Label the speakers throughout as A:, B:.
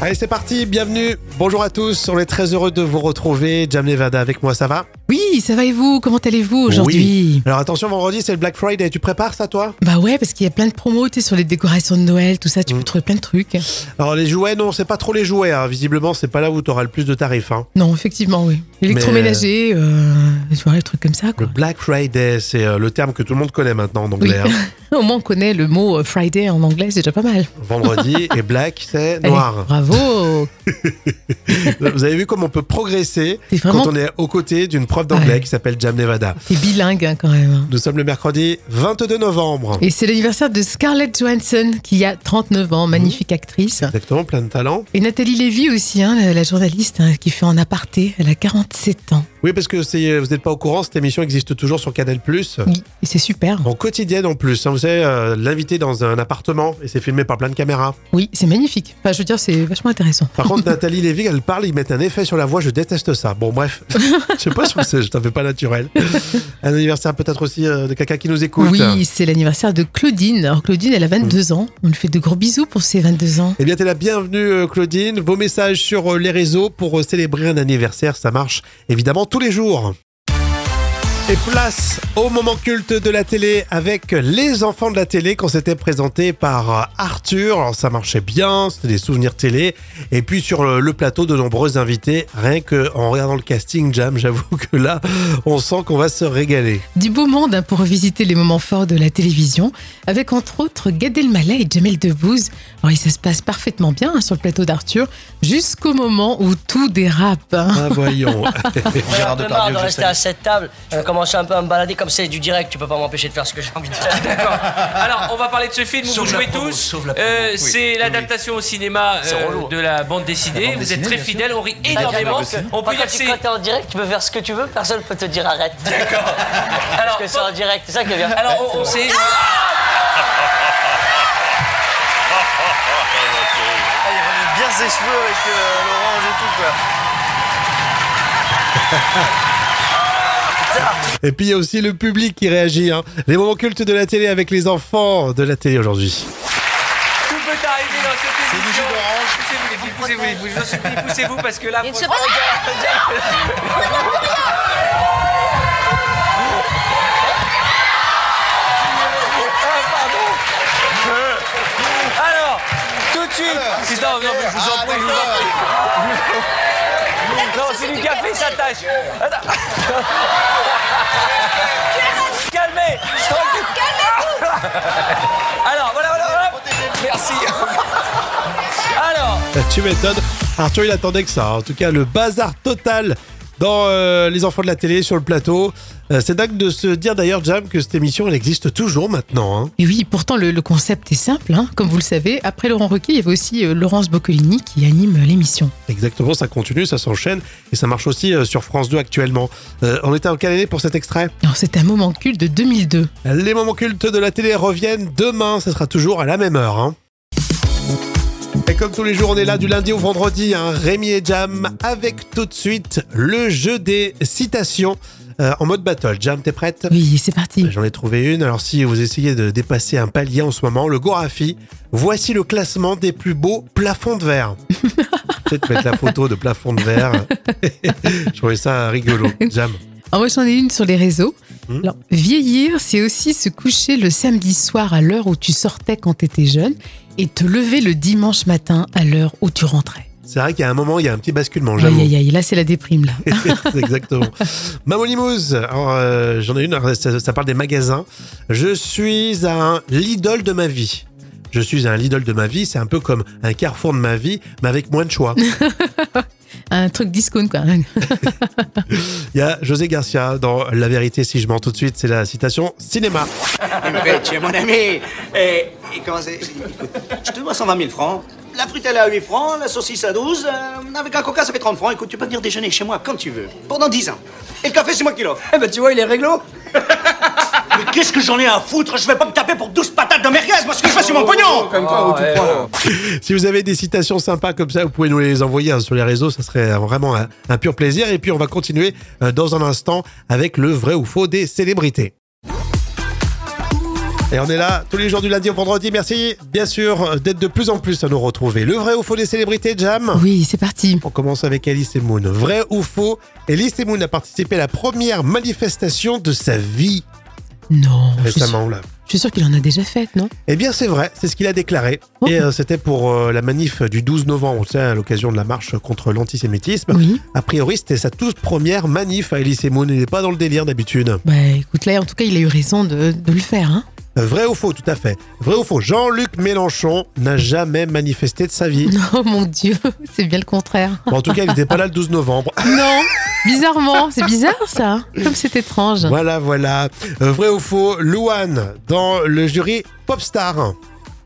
A: Allez, c'est parti, bienvenue. Bonjour à tous, on est très heureux de vous retrouver. Jam Nevada avec moi, ça va
B: Oui, ça va et vous Comment allez-vous aujourd'hui
A: Alors attention, vendredi, c'est le Black Friday. Tu prépares ça, toi
B: Bah ouais, parce qu'il y a plein de promos tu sais, sur les décorations de Noël, tout ça, tu
A: Mm.
B: peux trouver plein de trucs.
A: Alors les jouets, non, c'est pas trop les jouets. hein. Visiblement, c'est pas là où tu auras le plus de tarifs. hein.
B: Non, effectivement, oui. Électroménager, euh, tu vois, les trucs comme ça,
A: Le
B: quoi.
A: Black Friday, c'est euh, le terme que tout le monde connaît maintenant en
B: Oui.
A: anglais. hein.
B: Au moins, on connaît le mot euh, Friday en anglais, c'est déjà pas mal.
A: Vendredi et Black, c'est
B: Allez,
A: noir. Euh,
B: bravo
A: Vous avez vu comment on peut progresser
B: T'es vraiment
A: quand on est aux côtés d'une prof d'anglais
B: Ouais.
A: qui s'appelle Jam Nevada.
B: t'es bilingue hein, quand même. hein.
A: Nous sommes le mercredi 22 novembre.
B: Et c'est l'anniversaire de Scarlett Johansson, qui a 39 ans, magnifique
A: Mm.
B: actrice.
A: Exactement, plein de talent.
B: Et Nathalie Lévy aussi, hein, la, la journaliste, hein, qui fait en aparté, elle a 47 ans.
A: Oui, parce que c'est- vous n'êtes pas au courant, cette émission existe toujours sur Canal+.
B: Oui, Et c'est super.
A: En quotidienne en plus, hein, vous savez, euh, l'invité dans un appartement et c'est filmé par plein de caméras.
B: Oui, c'est magnifique. Enfin, je veux dire, c'est vachement intéressant.
A: Par contre, Nathalie Lévy, elle parle, ils mettent un effet sur la voix, je déteste ça. Bon, bref, je sais pas ce que c'est, je t'en fais pas naturel. Un anniversaire peut-être aussi euh, de quelqu'un qui nous écoute.
B: Oui, c'est l'anniversaire de Claudine. Alors Claudine, elle a 22 ans. On lui fait de gros bisous pour ses 22 ans.
A: Eh bien, t'es la bienvenue, euh, Claudine. Vos messages sur euh, les réseaux pour euh, célébrer un anniversaire, ça marche évidemment tous les jours. Et place au moment culte de la télé avec les enfants de la télé quand c'était présenté par euh, Arthur. Alors, ça marchait bien, c'était des souvenirs télé. Et puis sur euh, le plateau, de nombreux invités. Rien que en regardant le casting, Jam, j'avoue que là, on sent qu'on va se régaler.
B: Du beau monde hein, pour visiter les moments forts de la télévision, avec entre autres Gad Elmaleh et Jamel Debbouze. Alors et ça se passe parfaitement bien hein, sur le plateau d'Arthur, jusqu'au moment où tout dérape. hein.
A: Ah, voyons.
C: Moi, J'en ai un peu marre de rester
D: salue.
C: à cette table. Je vais
D: Euh.
C: commencer un peu à me balader comme c'est du direct. Tu peux pas m'empêcher de faire ce que j'ai envie de faire.
D: D'accord. Alors, on va parler de ce film où
E: Sauve
D: vous
E: la
D: jouez
E: promo,
D: tous.
E: sauve la promo,
D: Euh,
E: oui.
D: C'est
E: Oui.
D: l'adaptation au cinéma
E: C'est
D: euh,
E: relou. hein.
D: de la bande dessinée.
E: La bande
D: vous
E: dessinée,
D: êtes très
E: bien
D: fidèles, on rit
C: D'ailleurs,
D: énormément.
C: parce que
D: On peut
C: quand
D: dire que
C: tu-
D: c'est.
C: Quand t'es en direct, tu peux faire ce que tu veux, personne peut te dire arrête. D'accord. Parce
D: Alors,
C: que c'est en direct, c'est ça qui est bien.
D: alors, on- on, s'est.
E: Ah, il remet bien ses cheveux avec euh, l'orange et tout, quoi.
A: Et puis il y a aussi le public qui réagit. hein. Les moments cultes de la télé avec les enfants de la télé aujourd'hui.
D: Tout peut arriver dans cette
E: jus
D: émission.
E: d'orange.
D: Poussez-vous, poussez-vous, les pouces, je vous en supplie, poussez-vous parce que là.
F: Il ne
D: faut-
F: se passe rien.
D: Alors, tout de suite. Putain, non, mais je vous en prie, je vous en
E: Ah,
D: prie. Non, c'est du café, ça tâche. Attends. Calmez. Calmez-vous. Alors, voilà, voilà, voilà. Merci. Alors,
A: Tu m'étonnes. Arthur, il attendait que ça. En tout cas, le bazar total dans euh, Les enfants de la télé sur le plateau. Euh, c'est dingue de se dire d'ailleurs, Jam, que cette émission, elle existe toujours maintenant. hein.
B: Et oui, pourtant le, le concept est simple. hein. Comme vous le savez, après Laurent Roquet, il y avait aussi euh, Laurence Boccolini qui anime euh, l'émission.
A: Exactement, ça continue, ça s'enchaîne. Et ça marche aussi euh, sur France 2 actuellement. Euh, on était en quelle année pour cet extrait
B: Alors c'est un moment culte de 2002.
A: Les moments cultes de la télé reviennent demain, ce sera toujours à la même heure. hein. Et comme tous les jours, on est là du lundi au vendredi, hein, Rémi et Jam, avec tout de suite le jeu des citations euh, en mode battle. Jam, t'es prête
B: Oui, c'est parti.
A: J'en ai trouvé une, alors si vous essayez de dépasser un palier en ce moment, le Gorafi, voici le classement des plus beaux plafonds de verre. Peut-être mettre la photo de plafond de verre. Je trouvais ça rigolo. Jam.
B: Alors moi j'en ai une sur les réseaux.
A: Hmm.
B: Alors, vieillir, c'est aussi se coucher le samedi soir à l'heure où tu sortais quand tu étais jeune et te lever le dimanche matin à l'heure où tu rentrais.
A: C'est vrai qu'à un moment, il y a un petit basculement,
B: Aïe
A: Oh, j'avoue.
B: aïe aïe, là c'est la déprime là.
A: Exactement. Maman Limouze, alors, euh, j'en ai une, alors, ça, ça parle des magasins. Je suis un l'idole de ma vie. Je suis un l'idole de ma vie, c'est un peu comme un carrefour de ma vie, mais avec moins de choix.
B: Un truc discount quoi.
A: Oh. Il y a José Garcia dans La vérité si je mens tout de suite, c'est la citation cinéma.
G: Mais tu es mon ami. Et, et comment c'est J'ai dit, écoute, Je te dois 120 000 francs. La frutelle à 8 francs, la saucisse à 12. euh, avec un coca, ça fait 30 francs. Écoute, tu peux venir déjeuner chez moi quand tu veux. Pendant 10 ans. Et le café, c'est moi qui l'offre.
C: Eh ben, tu vois, il est réglo.
G: Mais qu'est-ce que j'en ai à foutre Je vais pas me taper pour 12 patates de merguez. Moi, ce que je fais, c'est mon pognon.
C: Comme quoi, où tu prends.
A: Si vous avez des citations sympas comme ça, vous pouvez nous les envoyer hein, sur les réseaux, ça serait vraiment un, un pur plaisir. Et puis on va continuer euh, dans un instant avec le vrai ou faux des célébrités. Et on est là tous les jours du lundi au vendredi. Merci, bien sûr, euh, d'être de plus en plus à nous retrouver. Le vrai ou faux des célébrités, Jam
B: Oui, c'est parti.
A: On commence avec Alice et Moon. Vrai ou faux Alice et Moon a participé à la première manifestation de sa vie
B: Non. Je suis, sûre-
A: récemment, là.
B: je suis sûre qu'il en a déjà fait, non
A: Eh bien, c'est vrai, c'est ce qu'il a déclaré.
B: Oh.
A: Et euh, c'était pour euh, la manif du 12 novembre, tu sais, à l'occasion de la marche contre l'antisémitisme.
B: Oui.
A: A priori, c'était sa toute première manif à Elise Moon. Il n'est pas dans le délire d'habitude.
B: Bah écoute, là, en tout cas, il a eu raison de, de le faire. Hein
A: Vrai ou faux, tout à fait. Vrai ou faux, Jean-Luc Mélenchon n'a jamais manifesté de sa vie.
B: oh mon Dieu, c'est bien le contraire.
A: Bon, en tout cas, il n'était pas là le 12 novembre.
B: Non, bizarrement, c'est bizarre ça. Comme c'est étrange.
A: Voilà, voilà. Euh, Vrai ou faux, Louane dans le jury Popstar.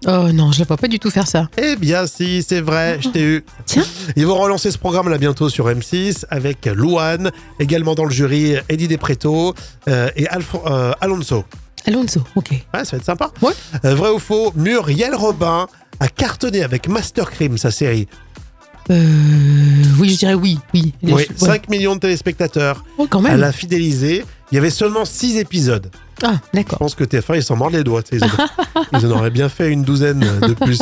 B: Oh non, je la vois pas du tout faire ça.
A: Eh bien, si, c'est vrai, je t'ai eu.
B: Tiens.
A: Ils vont relancer ce programme là bientôt sur M6 avec Louane, également dans le jury Eddie Depreto euh, et Alfo- euh, Alonso.
B: Alonso, ok.
A: Ouais, ça va être sympa.
B: Ouais.
A: Euh, vrai ou faux, Muriel Robin a cartonné avec Master Crime, sa série.
B: Euh, oui, je dirais oui, oui.
A: Oui,
B: Ouais.
A: 5 millions de téléspectateurs.
B: Oh, quand
A: Elle
B: même.
A: a fidélisé. Il y avait seulement 6 épisodes.
B: Ah,
A: Je
B: d'accord.
A: pense que TF1, ils s'en mordent les doigts. tu sais, Ils en, ils en auraient bien fait une douzaine de plus.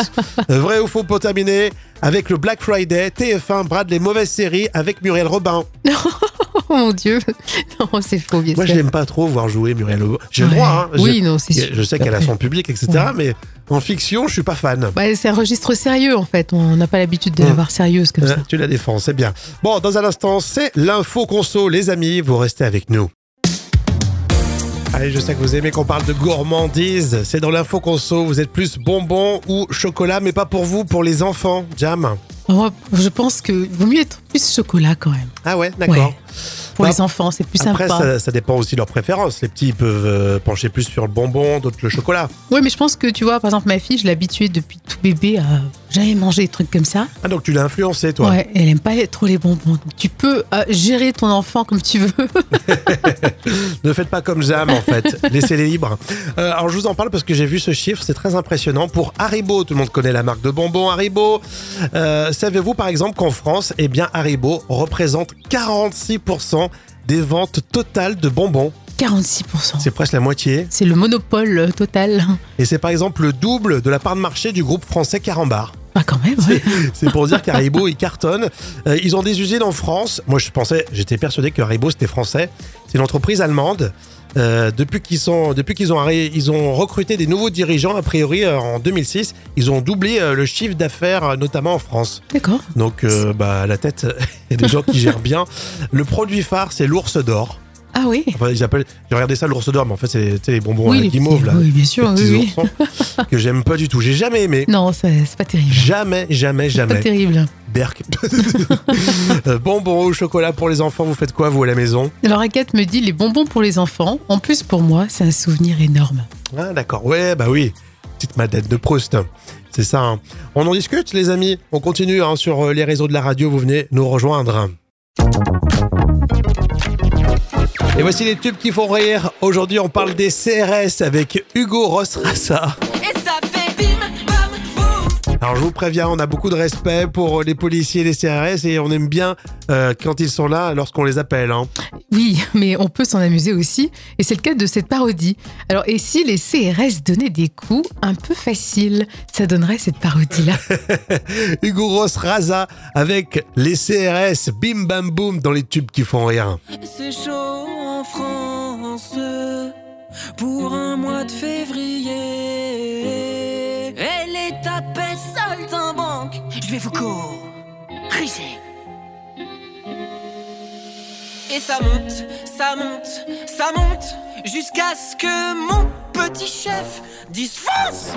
A: Euh, Vrai ou faux pour terminer Avec le Black Friday, TF1 brade les mauvaises séries avec Muriel Robin.
B: Oh mon Dieu. Non, c'est faux, bien
A: Moi, je
B: sûr.
A: l'aime pas trop voir jouer Muriel Robin. J'ai le
B: Ouais.
A: droit. hein. J'ai-
B: Oui, non, c'est sûr.
A: Je sais qu'elle a son public, etc.
B: Ouais.
A: Mais en fiction, je suis pas fan.
B: Bah, c'est un registre sérieux en fait. On n'a pas l'habitude de
A: Mmh. Ouais.
B: la voir sérieuse comme
A: Euh,
B: ça.
A: Tu la défends, c'est bien. Bon, dans un instant, c'est l'info conso, les amis. Vous restez avec nous. Allez, je sais que vous aimez qu'on parle de gourmandise. C'est dans l'info conso. Vous êtes plus bonbon ou chocolat, mais pas pour vous, pour les enfants. Jam.
B: Oh, je pense que vaut mieux être plus chocolat quand même.
A: Ah ouais, d'accord.
B: Ouais. Pour
A: Bah,
B: les enfants, c'est plus
A: Après,
B: sympa.
A: ça, ça dépend aussi de leurs préférences. Les petits peuvent euh, pencher plus sur le bonbon, d'autres le chocolat.
B: Oui, mais je pense que tu vois, par exemple, ma fille, je l'ai habituée depuis tout bébé à jamais manger des trucs comme ça.
A: Ah, donc tu l'as influencé, toi.
B: Ouais, elle aime pas les- trop les bonbons. Donc, tu peux euh, gérer ton enfant comme tu veux.
A: Ne faites pas comme Jam, en fait. Laissez-les libres. Euh, alors, je vous en parle parce que j'ai vu ce chiffre. C'est très impressionnant. Pour Haribo, tout le monde connaît la marque de bonbons Haribo. Euh, Savez-vous, par exemple, qu'en France, eh bien, Haribo représente 46% des ventes totales de bonbons.
B: 46%.
A: C'est presque la moitié.
B: C'est le monopole euh, total.
A: Et c'est, par exemple, le double de la part de marché du groupe français Carambar.
B: Bah, quand même, ouais.
A: C'est pour dire qu'Haribo, ils cartonnent. Euh, ils ont des usines en France. Moi, je pensais, j'étais persuadé que Haribo, c'était français. C'est une entreprise allemande. Euh, depuis qu'ils sont, depuis qu'ils ont, arrêt- ils ont recruté des nouveaux dirigeants, a priori euh, en 2006, ils ont doublé euh, le chiffre d'affaires, euh, notamment en France.
B: D'accord.
A: Donc, euh, bah, à la tête, il y a des gens qui gèrent bien. Le produit phare, c'est l'ours d'or.
B: Ah oui.
A: Enfin, ils appellent. J'ai regardé ça l'ours d'or, mais en fait, c'est tu sais, les bonbons à
B: oui,
A: la
B: les petits-
A: guimauve là,
B: oui, bien
A: les
B: sûr.
A: petits
B: oui, oui.
A: oursons, que j'aime pas du tout. J'ai jamais aimé.
B: Non, ça- c'est pas terrible.
A: Jamais, jamais,
B: C'est Pas
A: jamais.
B: terrible.
A: Berk. Euh, bonbon au chocolat pour les enfants, vous faites quoi vous à la maison
B: Alors Agathe me dit les bonbons pour les enfants. En plus pour moi, c'est un souvenir énorme.
A: Ah d'accord, ouais bah oui, petite madette de Proust. C'est ça. hein. On en discute les amis, on continue hein, sur euh, les réseaux de la radio, vous venez nous rejoindre. Et voici les tubes qui font rire. Aujourd'hui, on parle des CRS avec Hugo Rosrassa.
F: Et ça fait bim, bam, boum.
A: Alors, je vous préviens, on a beaucoup de respect pour euh, les policiers et les CRS et on aime bien euh, quand ils sont là lorsqu'on les appelle. hein.
B: Oui, mais on peut s'en amuser aussi, et c'est le cas de cette parodie. Alors, et si les CRS donnaient des coups un peu faciles, ça donnerait cette parodie-là.
A: Hugo Ross Raza avec les CRS Bim Bam Boom dans les tubes qui font rire.
F: C'est chaud en France pour un mois de février. Elle est tapée seule d'un banque. Je vais vous corriger. Et ça monte, ça monte, ça monte jusqu'à ce que mon petit chef dise fonce.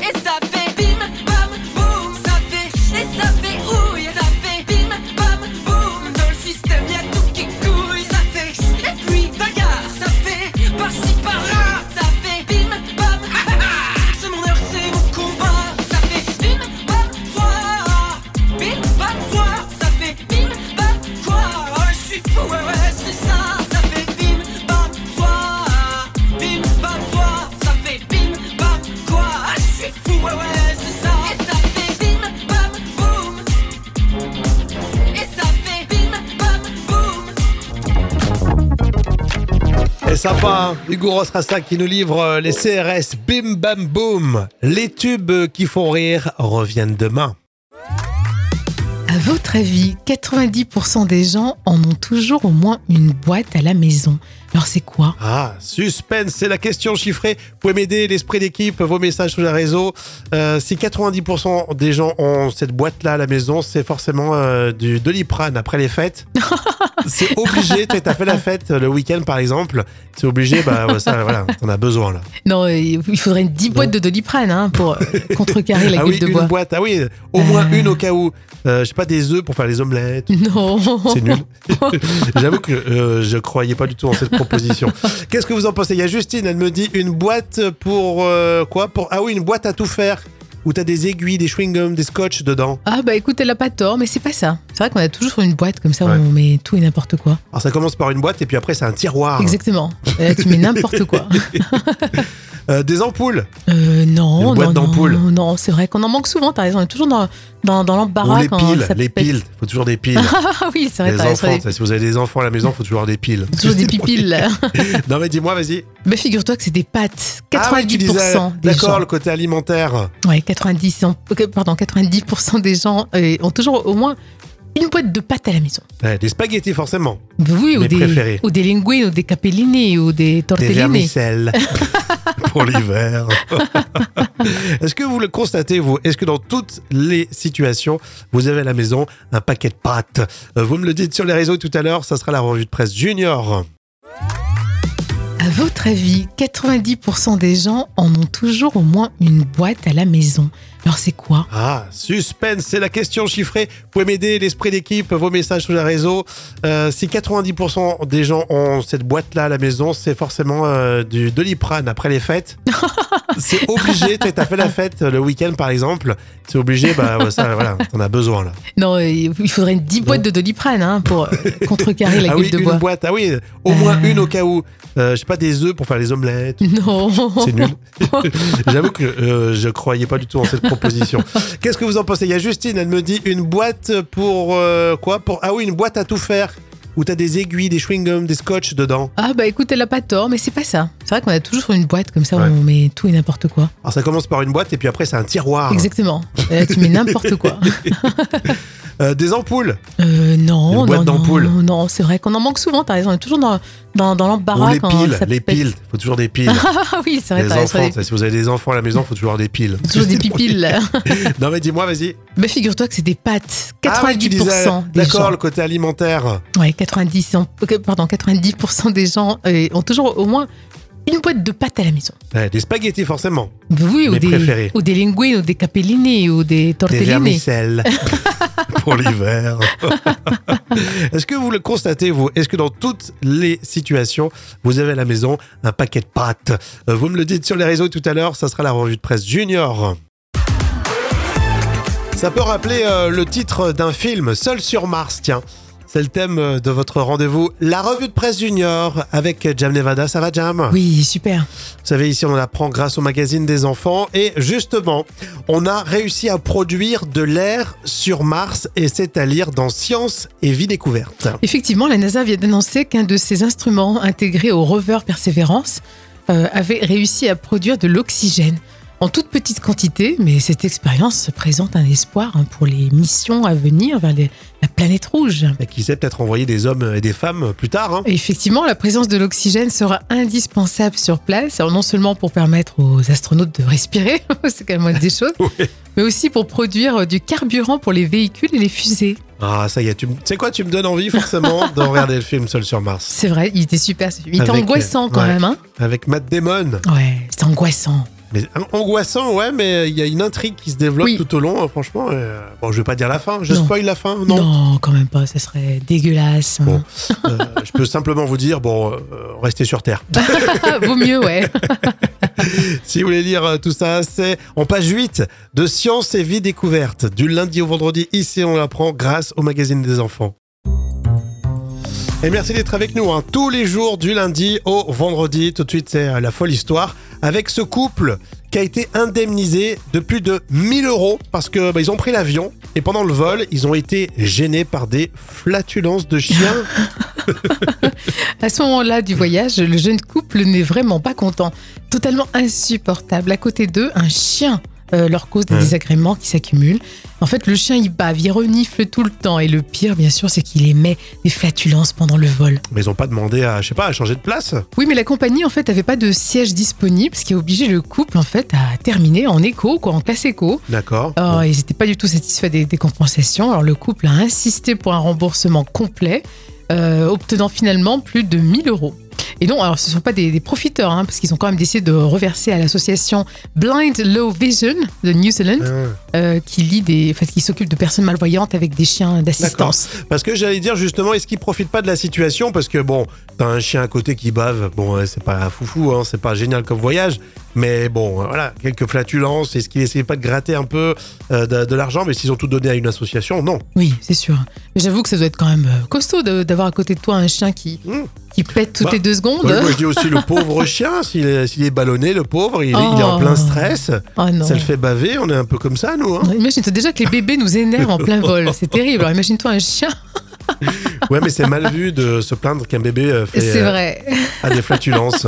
F: Et ça fait bim, bam, boum, ça fait, et ça fait ouille, ça fait bim, bam, boum. Dans le système, y'a tout qui couille, ça fait, et puis bagarre, ça fait, par-ci, par-là, ça fait bim, bam, ah, ah, ah. c'est mon heure, c'est mon combat, ça fait bim, bam, toi, bim, bam, toi, ça fait bim, bam, quoi, oh, je suis fou, ouais, ouais, c'est ça, ça fait bim, bam, toi, bim, bam, toi, ça fait bim, bam, quoi, ah, je suis fou, ouais, ouais.
A: sympa, hein. Hugo Rosrassa qui nous livre euh, les CRS Bim Bam Boom. Les tubes euh, qui font rire reviennent demain.
B: À votre avis, 90% des gens en ont toujours au moins une boîte à la maison. Alors c'est quoi
A: Ah, suspense, c'est la question chiffrée. Vous pouvez m'aider, l'esprit d'équipe, vos messages sur les réseaux. Euh, si 90% des gens ont cette boîte-là à la maison, c'est forcément euh, du doliprane après les fêtes. c'est obligé, tu sais, t'as fait la fête euh, le week-end par exemple, c'est obligé, bah ouais, ça, voilà, t'en as besoin là.
B: Non, euh, il faudrait 10 boîtes de doliprane hein, pour euh, contrecarrer la
A: ah
B: gueule
A: oui,
B: de
A: une
B: bois.
A: boîte, ah oui, au moins
B: Euh.
A: une au cas où. Euh, je sais pas, des œufs pour faire les omelettes.
B: Non.
A: C'est nul. J'avoue que euh, je croyais pas du tout en cette proposition. Qu'est-ce que vous en pensez Il y a Justine, elle me dit une boîte pour euh, quoi Pour ah oui, une boîte à tout faire où t'as des aiguilles, des chewing-gums, des scotch dedans.
B: Ah bah écoute, elle a pas tort, mais c'est pas ça. C'est vrai qu'on a toujours une boîte comme ça où
A: Ouais.
B: on met tout et n'importe quoi.
A: Alors ça commence par une boîte et puis après c'est un tiroir.
B: Exactement. Et Là, tu mets n'importe quoi.
A: Euh, des ampoules.
B: Euh, non,
A: Une boîte
B: non, non,
A: d'ampoule.
B: non, c'est vrai qu'on en manque souvent, t'as raison. On est toujours dans, dans, dans
A: Ou
B: l'embarras.
A: les
B: quand
A: piles,
B: ça
A: les
B: pète.
A: piles. Faut toujours des piles.
B: Ah oui, c'est vrai,
A: les
B: t'as raison.
A: enfants, ça, si vous avez des enfants à la maison, faut toujours des piles.
B: Toujours des
A: Justine,
B: pipiles. là.
A: Non mais dis-moi, vas-y.
B: Bah figure-toi que c'est des pâtes. 90%
A: Ah ouais, tu disais,
B: des gens.
A: D'accord, le côté alimentaire.
B: Ouais, 90, en- que- pardon, 90% des gens euh, ont toujours au moins une boîte de pâtes à la maison.
A: Ouais, des spaghettis forcément.
B: Oui, ou
A: Mes préférés.
B: des, ou des linguines, ou des capellini, ou des
A: Des
B: tortellini.
A: vermicelles pour l'hiver. Est-ce que vous le constatez, vous Est-ce que dans toutes les situations, vous avez à la maison un paquet de pâtes Euh, Vous me le dites sur les réseaux tout à l'heure, ça sera la revue de presse junior.
B: À votre avis, 90% des gens en ont toujours au moins une boîte à la maison. Alors c'est quoi
A: Ah, suspense, c'est la question chiffrée. Vous pouvez m'aider, l'esprit d'équipe, vos messages sur les réseaux. Euh, si 90% des gens ont cette boîte-là à la maison, c'est forcément euh, du doliprane après les fêtes. c'est obligé, tu sais, t'as fait la fête euh, le week-end par exemple, c'est obligé, bah ouais, ça, voilà, t'en as besoin là.
B: Non, euh, il faudrait 10 boîtes de doliprane hein, pour euh, contrecarrer la
A: ah
B: gueule
A: oui,
B: de
A: une
B: bois.
A: boîte. Ah oui, au moins
B: Euh.
A: une au cas où. Euh, je sais pas, des œufs pour faire les omelettes.
B: Non.
A: C'est nul. J'avoue que euh, je croyais pas du tout en cette proposition. Qu'est-ce que vous en pensez Il y a Justine, elle me dit une boîte pour euh, quoi Pour ah oui, une boîte à tout faire où t'as des aiguilles, des chewing-gums, des scotch dedans.
B: Ah bah écoute, elle a pas tort, mais c'est pas ça. C'est vrai qu'on a toujours une boîte comme ça où
A: Ouais.
B: on met tout et n'importe quoi.
A: Alors ça commence par une boîte et puis après c'est un tiroir.
B: Exactement. Et Là, tu mets n'importe quoi.
A: Euh, des ampoules.
B: Euh, non,
A: Une boîte
B: non,
A: d'ampoule.
B: non, non, c'est vrai qu'on en manque souvent, t'as raison. On est toujours dans, dans, dans
A: Ou
B: l'embarras.
A: les
B: quand
A: piles,
B: ça
A: les
B: pète.
A: piles. Faut toujours des piles.
B: Ah oui, c'est vrai,
A: les
B: t'as raison.
A: enfants,
B: des-
A: ça, si vous avez des enfants à la maison, faut toujours des piles.
B: Toujours des pipiles.
A: Non mais dis-moi, vas-y.
B: Mais figure-toi que c'est des pâtes. 90%
A: Ah oui, tu disais,
B: des gens.
A: D'accord, le côté alimentaire.
B: Ouais, 90, en- que- pardon, 90% des gens euh, ont toujours au moins une boîte de pâtes à la maison.
A: Ouais, Ben, des spaghettis forcément.
B: Oui, ou
A: Mes
B: des,
A: préférés.
B: ou des linguines, ou des capellini, ou des
A: Des
B: tortellini.
A: vermicelles pour l'hiver. Est-ce que vous le constatez, vous Est-ce que dans toutes les situations, vous avez à la maison un paquet de pâtes Euh, Vous me le dites sur les réseaux tout à l'heure, ça sera la revue de presse junior. Ça peut rappeler euh, le titre d'un film, Seul sur Mars, tiens. C'est le thème euh, de votre rendez-vous, la revue de presse junior avec Jam Nevada. Ça va, Jam
B: Oui, super.
A: vous savez, ici, on en apprend grâce au magazine des enfants. Et justement, on a réussi à produire de l'air sur Mars et c'est à lire dans Science et Vie Découverte.
B: Effectivement, la NASA vient d'annoncer qu'un de ses instruments intégrés au rover Perseverance euh, avait réussi à produire de l'oxygène en toute petite quantité, mais cette expérience présente un espoir hein, pour les missions à venir vers les- la planète rouge.
A: Et qui sait peut-être envoyer des hommes et des femmes plus tard. hein.
B: Effectivement, la présence de l'oxygène sera indispensable sur place, alors non seulement pour permettre aux astronautes de respirer, c'est quand même une des choses, mais aussi pour produire euh, du carburant pour les véhicules et les fusées.
A: Ah, ça y est, tu me- tu sais quoi, tu me donnes envie forcément de regarder le film Seul sur Mars.
B: C'est vrai, il était super, ce film. il était
A: Avec, euh,
B: angoissant quand
A: ouais.
B: même. Hein
A: Avec Matt Damon.
B: ouais, c'était angoissant.
A: Mais an- angoissant, ouais, mais euh, il y a une intrigue qui se développe
B: Oui.
A: tout au long, hein, franchement. euh, Bon, je vais pas dire la fin. Je
B: Non.
A: spoil la fin,
B: Non. quand même pas, ça serait dégueulasse. hein.
A: Bon, Euh, je peux simplement vous dire, bon, euh, restez sur Terre.
B: Vaut mieux, ouais.
A: Si vous voulez lire euh, tout ça, c'est en page 8 de Science et Vie Découverte. Du lundi au vendredi, ici on l'apprend grâce au magazine des enfants. Et merci d'être avec nous hein, tous les jours du lundi au vendredi. Tout de suite, c'est euh, la folle histoire avec ce couple qui a été indemnisé de plus de 1000 euros parce que bah, ils ont pris l'avion et pendant le vol, ils ont été gênés par des flatulences de chiens
B: À ce moment-là du voyage, le jeune couple n'est vraiment pas content. Totalement insupportable. À côté d'eux, un chien euh, leur cause des
A: Ouais.
B: désagréments qui s'accumulent. En fait, le chien, il bave, il renifle tout le temps. Et le pire, bien sûr, c'est qu'il émet des flatulences pendant le vol.
A: Mais ils ont pas demandé à, je sais pas, à changer de place.
B: Oui, mais la compagnie, en fait, n'avait pas de siège disponible, ce qui a obligé le couple, en fait, à terminer en écho, quoi, en classe écho.
A: D'accord.
B: Oh, Ils n'étaient pas du tout satisfaits des, des compensations. Alors le couple a insisté pour un remboursement complet, euh, obtenant finalement plus de 1000 euros. Et non, alors ce ne sont pas des, des profiteurs, hein, parce qu'ils ont quand même décidé de reverser à l'association Blind Low Vision de New Zealand,
A: Ah.
B: euh, qui, lie des, enfin, qui s'occupe de personnes malvoyantes avec des chiens d'assistance.
A: Parce que j'allais dire justement, est-ce qu'ils profitent pas de la situation Parce que bon, t'as un chien à côté qui bave, bon, euh, c'est pas foufou, hein, c'est pas génial comme voyage, mais bon, euh, voilà, quelques flatulences. Est-ce qu'ils essayaient pas de gratter un peu euh, de, de l'argent Mais s'ils ont tout donné à une association, non.
B: Oui, c'est sûr. Mais j'avoue que ça doit être quand même euh, costaud de- d'avoir à côté de toi un chien qui,
A: Mmh.
B: qui pète toutes
A: Bah,
B: les deux secondes.
A: Ouais, moi, je dis aussi le pauvre chien, s'il est, s'il est ballonné, le pauvre, il, est- il est en
B: Oh.
A: plein stress,
B: Ah non.
A: ça le fait baver. On est un peu comme ça, nous. hein.
B: Imagine-toi déjà que les bébés nous énervent en plein vol. C'est terrible. Alors imagine-toi un chien.
A: Ouais, mais c'est mal vu de se plaindre qu'un bébé euh, fait,
B: C'est
A: euh,
B: vrai.
A: a des flatulences.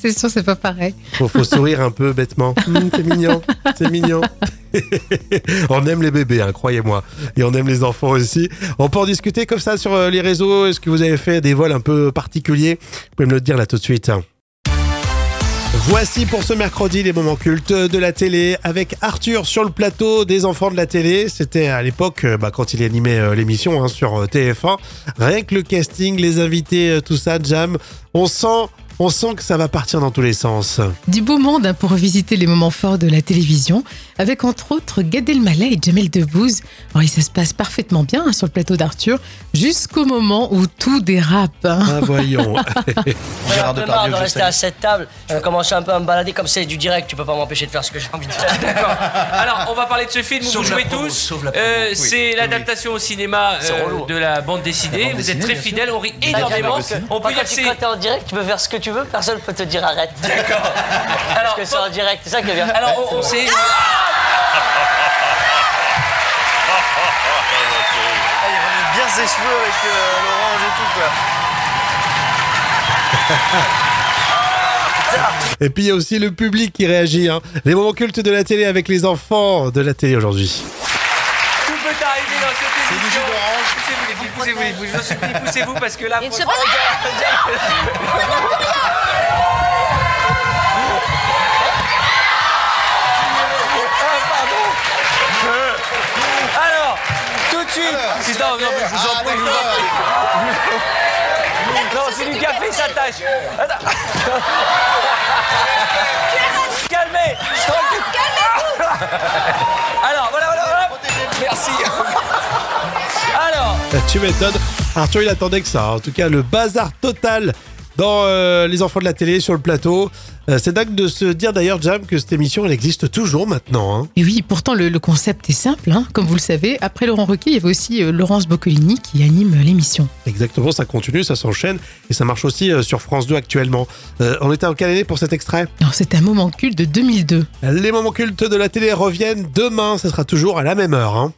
B: C'est sûr, c'est pas pareil.
A: Faut, faut sourire un peu bêtement. Hum, c'est mignon, c'est mignon. on aime les bébés, hein, croyez-moi. Et on aime les enfants aussi. On peut en discuter comme ça sur euh, les réseaux. Est-ce que vous avez fait des vols un peu particuliers Vous pouvez me le dire là tout de suite. Voici pour ce mercredi les moments cultes de la télé avec Arthur sur le plateau des enfants de la télé. C'était à l'époque euh, bah, quand il animait euh, l'émission hein, sur euh, TF1. Rien que le casting, les invités, euh, tout ça, Jam, on sent, on sent que ça va partir dans tous les sens.
B: Du beau monde hein, pour revisiter les moments forts de la télévision, avec entre autres Gad Elmaleh et Jamel Debbouze. Alors, et ça se passe parfaitement bien hein, sur le plateau d'Arthur, jusqu'au moment où tout dérape. hein.
A: Ah, voyons.
C: J'en ai un
E: Gérard
C: peu
E: Depardieu,
C: marre de
E: je
C: rester
E: salue.
C: à cette table.
D: Euh.
C: Je vais commencer un peu à me balader comme c'est du direct. Tu peux pas m'empêcher de faire ce que j'ai envie de faire.
D: D'accord. Alors, on va parler de ce film où
E: Sauve
D: vous
E: la
D: jouez
E: promo,
D: tous.
E: sauve la promo,
D: Euh,
E: oui.
D: C'est l'adaptation au cinéma
E: C'est
D: euh,
E: relou. hein.
D: de la bande dessinée.
E: La bande
D: vous
E: dessinée,
D: êtes très
E: bien
D: fidèles, on rit
C: D'accord,
D: énormément.
C: mais
D: On peut
C: Par
D: dire
C: contre,
D: que
C: si
D: c'est.
C: quand t'es en direct, tu peux faire ce que tu veux, personne peut te dire arrête. D'accord. Parce
D: Alors,
C: que c'est en direct, c'est ça qui est bien.
D: alors, on- on, s'est-
E: Ah, il remet bien ses cheveux avec euh, l'orange et tout, quoi.
A: Et puis il y a aussi le public qui réagit. hein. Les moments cultes de la télé avec les enfants de la télé aujourd'hui.
D: Tout peut arriver dans cette émission.
E: jus d'orange.
D: Poussez-vous, les filles, poussez-vous, les filles. Je vous en supplie, poussez-vous parce que là,
H: Il ne se
D: franchement, Alors, tout de suite. non, non, mais je vous en prie, je vous en prie. Non, c'est du café, ça tâche. Attends. Calmez, je t'en occupe. Alors, voilà, voilà, voilà. Merci. Alors,
A: Ah, Tu m'étonnes. Arthur, il attendait que ça. hein. En tout cas, le bazar total dans euh, Les enfants de la télé sur le plateau. Euh, c'est dingue de se dire d'ailleurs, Jam, que cette émission, elle existe toujours maintenant. hein.
B: Et oui, pourtant le, le concept est simple, hein. comme vous le savez. Après Laurent Ruquier, il y avait aussi euh, Laurence Boccolini qui anime euh, l'émission.
A: Exactement, ça continue, ça s'enchaîne. Et ça marche aussi euh, sur France 2 actuellement. Euh, on était en quelle année pour cet extrait
B: Alors, C'est un moment culte de 2002.
A: Les moments cultes de la télé reviennent demain, ce sera toujours à la même heure. hein.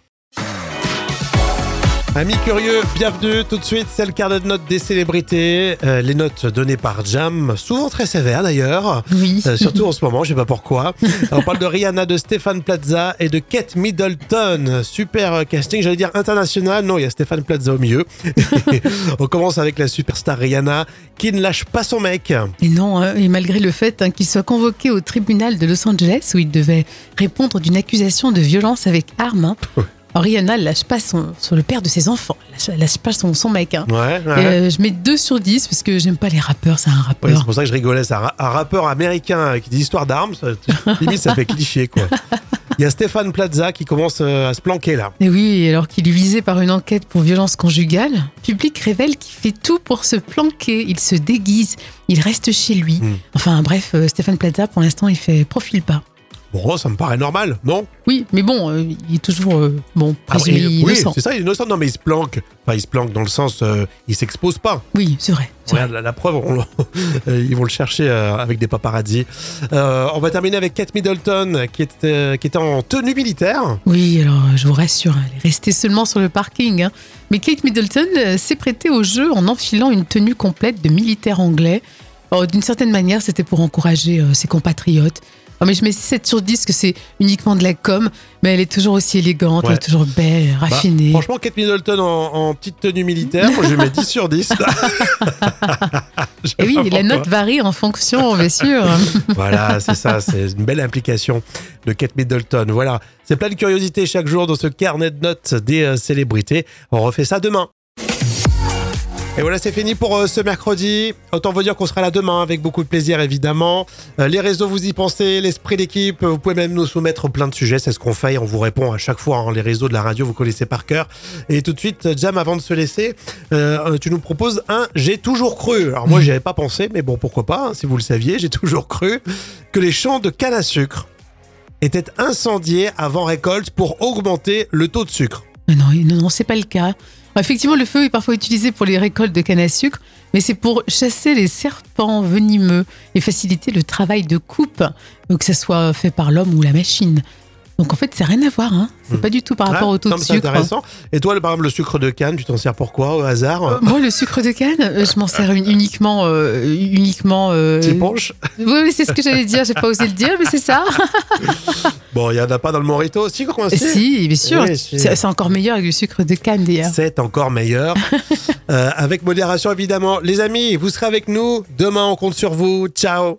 A: Amis curieux, bienvenue tout de suite, c'est le quart de notes des célébrités, Euh, les notes données par Jam, souvent très sévères d'ailleurs,
B: Oui.
A: Euh, surtout en ce moment, je sais pas pourquoi. On parle de Rihanna, de Stéphane Plaza et de Kate Middleton. Super euh, casting, j'allais dire international. Non, il y a Stéphane Plaza au milieu. On commence avec la superstar Rihanna qui ne lâche pas son mec.
B: Et non, hein, et malgré le fait hein, qu'il soit convoqué au tribunal de Los Angeles où il devait répondre d'une accusation de violence avec arme, hein, alors Rihanna ne lâche pas son, sur le père de ses enfants, elle lâche, elle lâche pas son, son mec. hein.
A: Ouais,
B: Et, euh, je mets 2 sur 10 parce que j'aime pas les rappeurs, c'est un
A: Ouais, c'est
B: rappeur.
A: pour ça que je rigolais. C'est un, ra- un rappeur américain qui dit histoire d'armes. ça- Limite, ça fait cliché, quoi. Il y a Stéphane Plaza qui commence euh, à se planquer, là.
B: Et oui, alors qu'il est visé par une enquête pour violence conjugale, public révèle qu'il fait tout pour se planquer, il se déguise, il reste chez lui.
A: Hmm.
B: Enfin bref, euh, Stéphane Plaza, pour l'instant, il fait profil pas.
A: Bon, ça me paraît normal, non
B: Oui, mais bon, euh, il est toujours euh, bon,
A: Ah,
B: présumé
A: il- Oui,
B: innocent.
A: c'est ça, il est innocent. Non, mais il se planque. Enfin, il se planque dans le sens, euh, il s'expose pas.
B: Oui, c'est vrai. c'est
A: Regarde, la, la preuve, on le- ils vont le chercher euh, avec des paparazzis. Euh, on va terminer avec Kate Middleton, qui était, qui était en tenue militaire.
B: Oui, alors euh, je vous rassure, elle est restée seulement sur le parking. hein. Mais Kate Middleton euh, s'est prêtée au jeu en enfilant une tenue complète de militaire anglais. Oh, D'une certaine manière, c'était pour encourager euh, ses compatriotes. Oh, mais je mets 7 sur 10 que c'est uniquement de la com, mais elle est toujours aussi élégante,
A: Ouais.
B: elle est toujours belle,
A: Bah,
B: raffinée.
A: franchement, Kate Middleton en, en petite tenue militaire, moi je lui mets 10 sur 10. Je sais
B: Et Eh oui,
A: pas
B: la
A: pourquoi.
B: note varie en fonction, bien sûr.
A: Voilà, c'est ça, c'est une belle implication de Kate Middleton. Voilà, c'est plein de curiosités chaque jour dans ce carnet de notes des euh, célébrités. On refait ça demain. Et voilà, c'est fini pour euh, ce mercredi. Autant vous dire qu'on sera là demain avec beaucoup de plaisir, évidemment. Euh, les réseaux, vous y pensez, l'esprit d'équipe. Vous pouvez même nous soumettre plein de sujets. C'est ce qu'on fait. et On vous répond à chaque fois. hein. Les réseaux de la radio, vous connaissez par cœur. Et tout de suite, Jam, avant de se laisser, euh, tu nous proposes un J'ai toujours cru. Alors, moi, j'y avais pas pensé, mais bon, pourquoi pas. hein, si vous le saviez, j'ai toujours cru que les champs de canne à sucre étaient incendiés avant récolte pour augmenter le taux de sucre.
B: Mais non, non, non, c'est pas le cas. Alors, Effectivement, le feu est parfois utilisé pour les récoltes de canne à sucre, mais c'est pour chasser les serpents venimeux et faciliter le travail de coupe, euh, que ce soit fait par l'homme ou la machine. Donc en fait, ça n'a rien à voir. Hein. C'est pas du tout par rapport
A: Ouais,
B: au taux
A: Hmm. Ah, non,
B: de
A: mais c'est
B: sucre.
A: intéressant. Et toi, le- par exemple, le sucre de canne, tu t'en sers pourquoi au hasard
B: Euh, Moi, le sucre de canne, euh, je m'en sers une- uniquement. euh, uniquement euh,
A: T'y penches
B: Oui, oui, c'est ce que j'allais dire. J'ai pas osé le dire, mais c'est ça.
A: Bon, il n'y en a pas dans le morito aussi, quoi.
B: Et
A: c'est
B: si, bien sûr.
A: Oui, si.
B: c'est c'est encore meilleur avec du sucre de canne, d'ailleurs.
A: C'est encore meilleur. Euh, avec modération, évidemment. Les amis, vous serez avec nous. Demain, on compte sur vous. Ciao